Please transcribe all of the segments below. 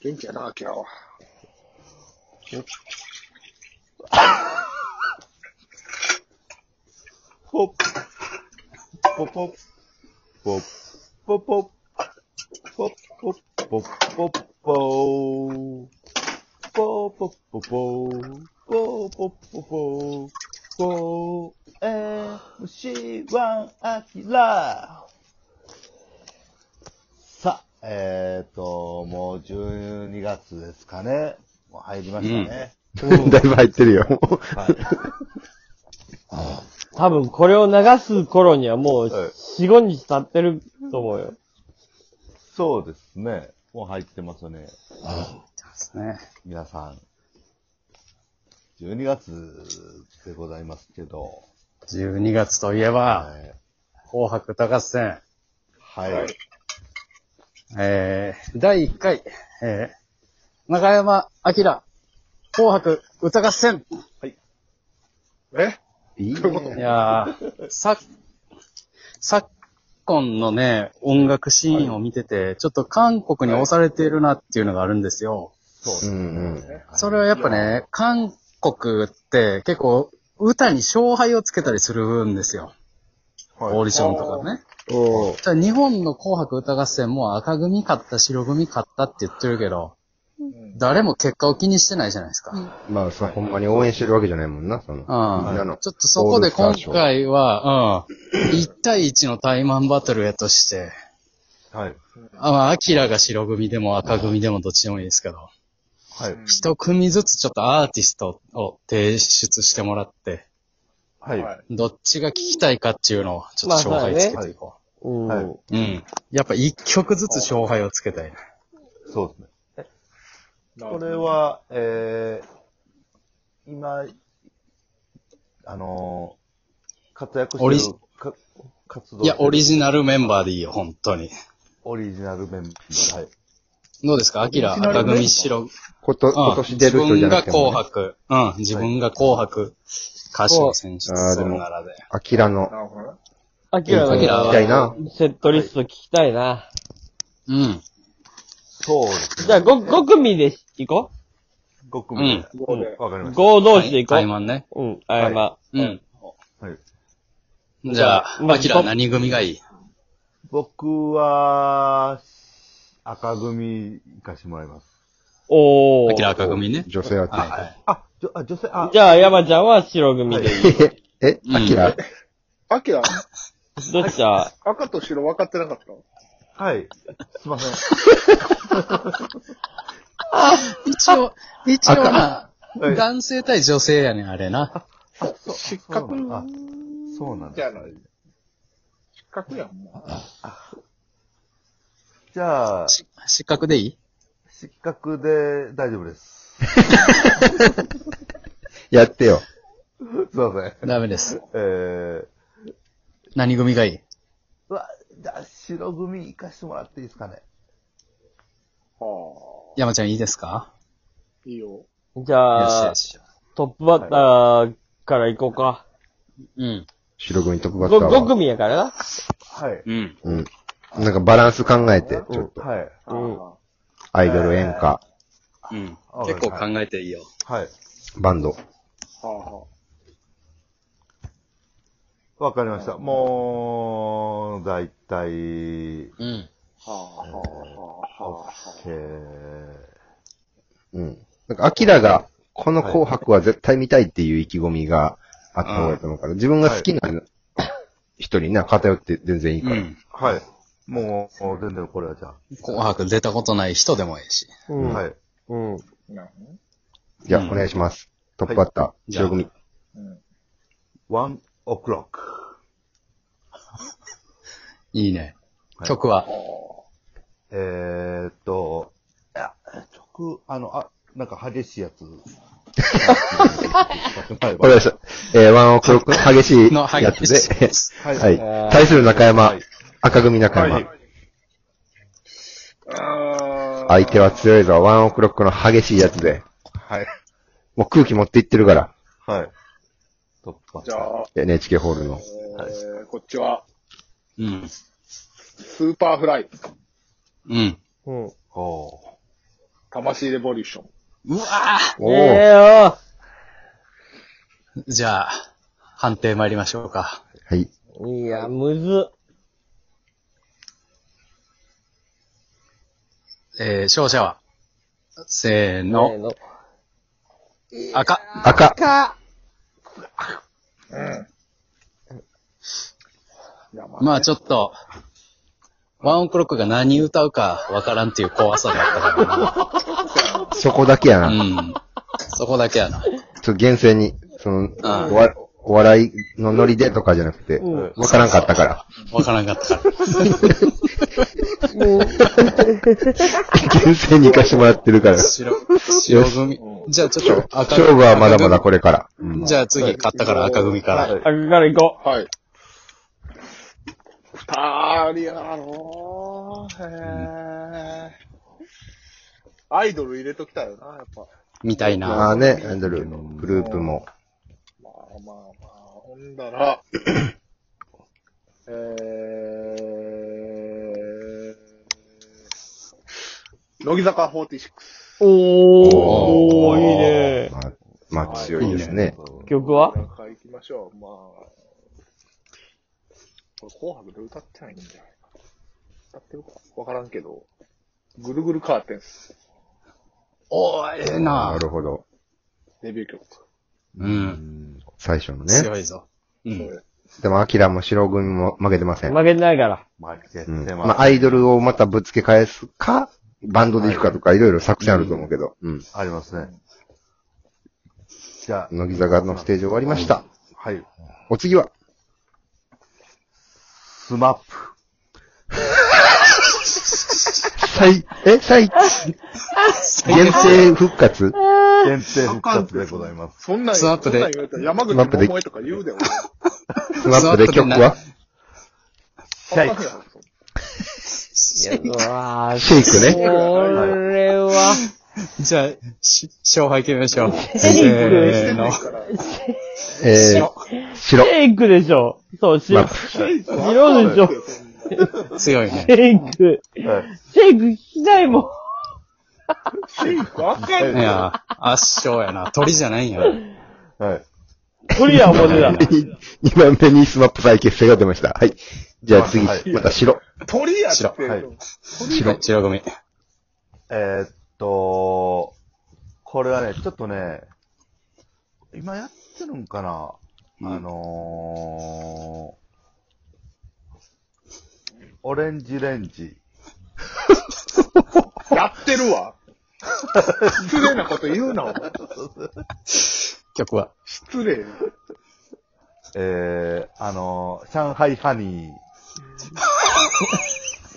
给你解大条啊！行。啵啵啵啵啵啵啵啵啵啵啵啵啵啵啵啵啵啵啵啵哎，我希望阿基拉。さあ、えーと、もう12月ですかね。もう入りましたね。だいぶ入ってるよ。 はい。多分これを流す頃にはもうはい4、5日経ってると思うよ。そうですね。もう入ってますね。ですね。皆さん。12月でございますけど。 12月といえば、はい。紅白歌合戦、はい。えー、第1回、えー、中山明、紅白歌合戦。えいいねいやー、さ、昨今のね、音楽シーンを見てて、ちょっと韓国に押されているなっていうのがあるんですよ。そうう。んうん。それはやっぱね、韓国って結構歌に勝敗をつけたりするんですよ。オーディションとかね。おじゃあ日本の紅白歌合戦も赤組勝った、白組勝ったって言ってるけど、誰も結果を気にしてないじゃないですか。まあ、さ、ほんまに応援してるわけじゃないもんな、その。みんなうのん。ちょっとそこで今回は、うん。1対1の対マンバトルやとして、はい。あ、まあ、アキラが白組でも赤組でもどっちでもいいですけど、はい。一組ずつちょっとアーティストを提出してもらって、はい。はどっちが聞きたいかっていうのをちょっと勝敗つけていこうん。い。う。うん。やっぱ一曲ずつ勝敗をつけたいな。そうですね。これは、えー、今、あのー活躍オリしてジるか、活動いや、オリジ、ジナルメンバーでいいよ、本当に。オリジナルメンバー。はい。どうですかアキラ、赤組、白、こと、今うん年出る人じゃなくても、ね。自分が紅白。うん。自分が紅白。歌詞を選出するならで。アキラの、なるほどね。アキラの聞きたいな。セットリスト聞きたいな。うん。そうですじゃあ 5, 5組で行こ5組う。ここで。わかりうまし合同士で行こタイう。マンね。うん、あやま。うん。た。はい。じゃあ、まあアキラ何組がいい僕は、赤組行かしてもらいます。おアキラー。赤組ね。女性アーティはあ、じょあ女性、あ、じゃあ、山ちゃんは白組で。スト。 え、うんアキラ、アキラ、どっちだ赤と白分かってなかったはい。すいません。い。一応、一応な、はい男性対女性やねん、あれな。失格そうなんあそうなんじでゃすないね。。失格やん、もじゃあ、し失格でいい失格で大丈夫です。やってよ。すいません。ダメです。えー、何組がいいうわ、じゃあ、白組行かしてもらっていいですかね。う。は山ちゃんいいですかあ。いいよ。じよしゃあよ、し。トップバッターから行こうか。うん。白組トップバッタ 5, ー5は。組やからな。はい。うん。うん。なんかバランス考えて、ちょっと、はい。うん。あアイドル、演歌、うん。あ結構考えていいよ。はい。バンド。あはわかりました。もう、だいたい、えうん。あ。はあ。はあ。はあ。はあ。ー、うん。なんか、アキラが、この紅白は絶対見たいっていう意気込みがあった方がいいと思うから、自分が好きな人にな、偏って全然いいうから。ん。はい。もう、もう全然これはじゃ紅白出たことない人でもいいし。あ。うん。はい。うん。なるほどね。じゃあ、うんお願いします。トップバッター、じゃあ白組。うん。ワンオクロック。いいね。はい曲は。えーっと、いや曲、あの、あ、なんか激しいやつ。わかりました。えー、ワンオクロックの激しいのやつ激しいでや。つはいはい。対する中山、赤組中山。ああ。相手は強いぞ。ワンオクロックの激しいやつで。はい。もう空気持っていってるから。はい。トップバッじタゃー。あ、 NHK ホールの。えー、こっちは、うん。スーパーフライ。うん。うん。お魂レボリューション。うわぁおええー。よじゃあ、判定参りましょうか。はい。いや、むずっ。えー、勝者は、せーせーの、の。赤。赤。か。いや、ままあちょっと、ワンオクロックが何歌うかわからんっていう怖さだったかそこだけやら な。ちょな。うん。そこだけやな。っと厳正に、その、おわお笑いのノリでとかじゃなくて、うんわからんかったから。わからんかったから。厳正に行かしてもらってるから。白、白組。じゃあちょっと赤組勝負はまだまだこれから。うんじゃあ次、勝ったから赤組から。あ、から行こあ、はい。二人やろう。へーアイドル入れときたいよな、やっぱ。みたいまあね、な。アイドル、グループも。まあまあまあ、ほんだら、えー、乃木坂46。う。おー。おおー、いいね。まあ、まあ強いですね。曲はなんか行きましょう。まあ、これ紅白で歌ってないんじゃないかな。歌ってるかわからんけど、ぐるぐるカーテンス、おー、ええななるほど。デビュー曲。うん。最初のね。強いぞ。うん。でも、アキラも白組も負けてません。負けてないから。負けてうんます。まあ、アイドルをまたぶつけ返すか、バンドで行くかとか、いろいろ作戦あると思うけど。うん。ありますね。じゃあ、乃木坂のステージ終わりました。はい。お次は、スマップ。最、え、最、限定復活限定復活でございます。そんなん、スそワんップでなん言われたら山口百恵とか言うで、俺。スマップで曲はシェイク。いや、うわー。シェイクね。これは、じゃあ、し、勝敗決めましょう。せーの。えー、白シ。ェイクでしょ。そう、しまあ白でしょ。強いね。シェイク。はいシェイクしないもん。シェイクわかんないいや、圧勝やな。鳥じゃないんや。はい。無理や思 ってた。 2番目にスマップ再結成が出ました。はい。じゃあ次、はいまた白。鳥やって白はい白。白組。えーっと、これはね、ちょっとね、今やってるんかな、うんあのー、オレンジレンジ。やってるわ。失礼なこと言うな、お前曲は。失礼。えー、あのー、上海ハニ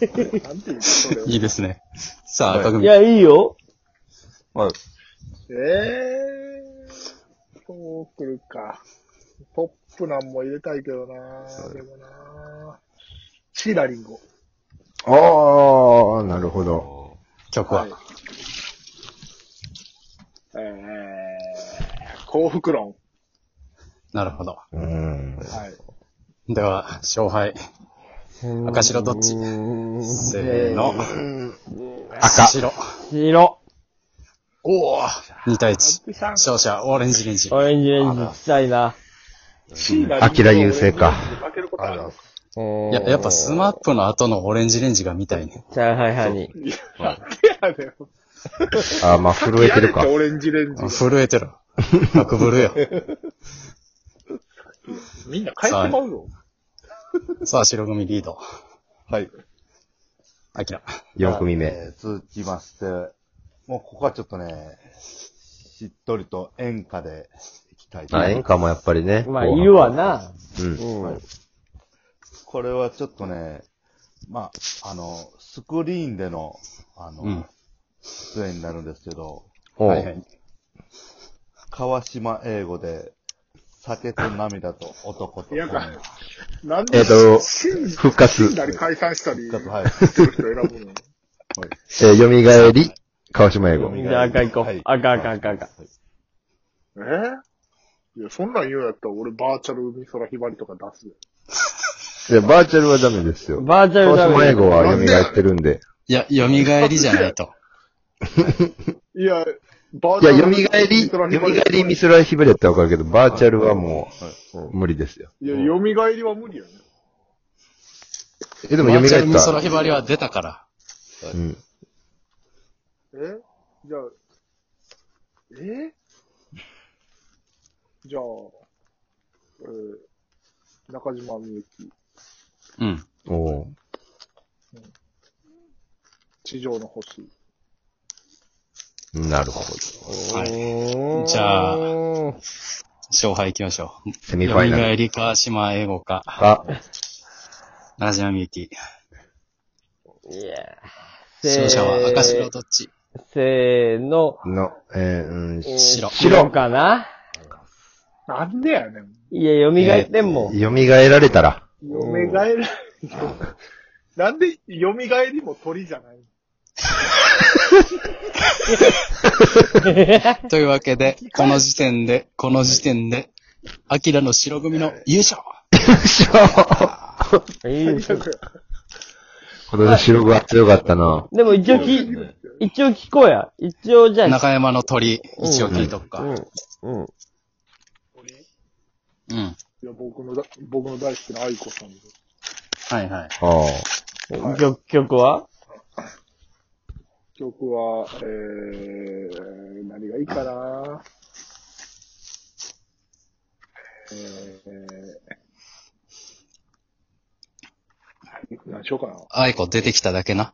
ー。なんていうのそれいいですね。さあ、はい赤い組。や、いいよ。まあ、ええー、そう来るか。ポップなんも入れたいけどなでもなシーラリンゴ。あー、なるほど。曲は。えー、幸福論。なるほど。うーん。はい。では、勝敗。赤白どっちせーの。赤白。白。おお !2 対1。シャン勝者、オレンジレンジ。オレンジレンジ聞きたいな。シーラリンゴ。アキラ優勢か負けることある。いや、やっぱスマップの後のオレンジレンジが見たいね。チャーハイハニー。やだよ。あー、まあ震えてるかやれ。オレンジレンジ。震えてる。白ブルや。みんな帰ってまうぞ。さあ、白組リード。はい。アキラ。 4組目。えー続きまして、もうここはちょっとね、しっとりと演歌でいきたいと思あ、います演歌もやっぱりね。まあ、後い半るわな。うん。うん。これはちょっとね、まあ、あの、スクリーンでの、あの、うん出演になるんですけど、おうはいはい。川島英語で、酒と涙と男と。いやかはいなんえっとシー復活。シーラリ解散したり、復活はいしてる人選ぶの。えー、蘇り、川島英語。じゃあ赤行こはうい。赤赤赤赤。えいや、そんなん言うんやったら俺バーチャル海空ひばりとか出すよ。いや、バーチャルはダメですよ。バーチャル川ダ島メ。英語は蘇ってるんで。いや、蘇りじゃないと。いや、バいや、蘇り、蘇りミいスラヒブレってわかるけど、バーチャルはもう、無理ですよ。や、蘇りは無理よね。え、ででも蘇ミっスた。ラヒバリは出たから。うん。えじゃあ、え じゃあ、えー中島みゆき、うん。おー地上の星。なるほど。はい。じゃあ、勝敗行きましょう。セミファイナル蘇りか、島英語か、か、ラジアミユキ。いや勝者は赤白どっちせーの。の、えー、うん、し白白かななんでやねん。いや、蘇ってんもん。蘇られた ら、蘇る。 なんで、蘇りも鳥じゃ ないというわけで、この時点で、この時点で、アキラの白組の優勝 いいです今年白が強かったな。でも一応き、一応聞こうや。一応じゃあ、中山の鳥、一応聞いとくうか。ん。うん。鳥いうん。や、僕のだ、僕の大好きな愛子さんで。はいはい。ああ。曲、曲は曲は、えー、何がいいかなえー、何しようかなアイコ出てきただけな。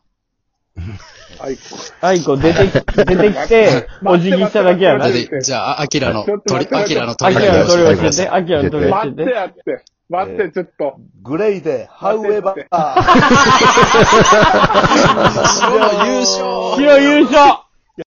愛子。アイコ出てき、出てきて、お辞儀しただけやなマあ。ジでじゃあ、アキラの鳥、アキラのア鳥キがラ優の勝。鳥を教えて、アキラの鳥を教待えってて。やって。待って、ちょっと。グレイで、ハウエバー。白の優勝白優勝